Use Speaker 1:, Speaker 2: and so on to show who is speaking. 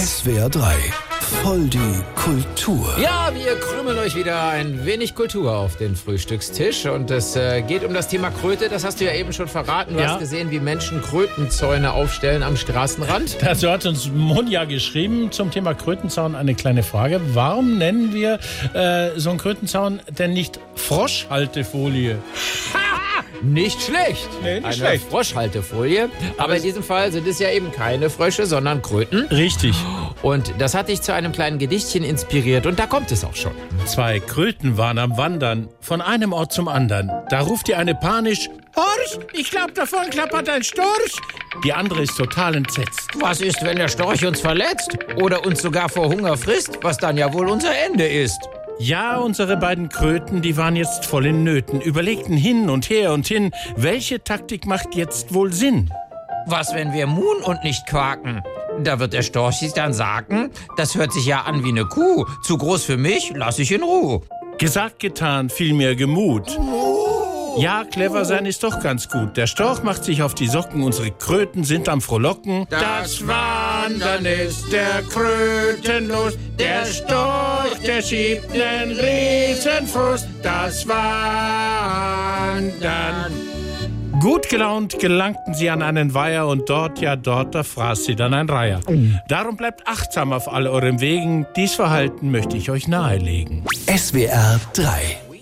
Speaker 1: SWR 3. Voll die Kultur.
Speaker 2: Ja, wir krümeln euch wieder ein wenig Kultur auf den Frühstückstisch. Und es äh, geht um das Thema Kröte. Das hast du ja eben schon verraten. Du
Speaker 3: Ja.
Speaker 2: hast gesehen, wie Menschen Krötenzäune aufstellen am Straßenrand.
Speaker 3: Dazu hat uns Monja geschrieben zum Thema Krötenzaun eine kleine Frage. Warum nennen wir äh, so einen Krötenzaun denn nicht Froschhaltefolie?
Speaker 2: Nicht schlecht.
Speaker 3: Nee, nicht
Speaker 2: Eine
Speaker 3: schlecht.
Speaker 2: Froschhaltefolie. Aber in diesem Fall sind es ja eben keine Frösche, sondern Kröten.
Speaker 3: Richtig.
Speaker 2: Und das hat dich zu einem kleinen Gedichtchen inspiriert. Und da kommt es auch schon.
Speaker 3: Zwei Kröten waren am Wandern, von einem Ort zum anderen. Da ruft die eine panisch, Horch, ich glaub, davon klappert ein Storch. Die andere ist total entsetzt.
Speaker 2: Was ist, wenn der Storch uns verletzt oder uns sogar vor Hunger frisst, was dann ja wohl unser Ende ist?
Speaker 3: Ja, unsere beiden Kröten, die waren jetzt voll in Nöten, überlegten hin und her und hin, welche Taktik macht jetzt wohl Sinn?
Speaker 2: Was, wenn wir muhen und nicht quaken? Da wird der Storch sich dann sagen, das hört sich ja an wie eine Kuh. Zu groß für mich, lass ich in Ruhe.
Speaker 3: Gesagt, getan, vielmehr gemut. Ja, clever sein ist doch ganz gut. Der Storch macht sich auf die Socken, unsere Kröten sind am Frohlocken.
Speaker 2: Das
Speaker 3: Wandern ist der Krötenlust. Der Storch, der schiebt einen Riesenfuß. Das Wandern. Gut gelaunt gelangten sie an einen Weiher und dort, ja dort, da fraß sie dann ein Reiher. Darum bleibt achtsam auf all euren Wegen. Dies Verhalten möchte ich euch nahelegen.
Speaker 1: SWR 3.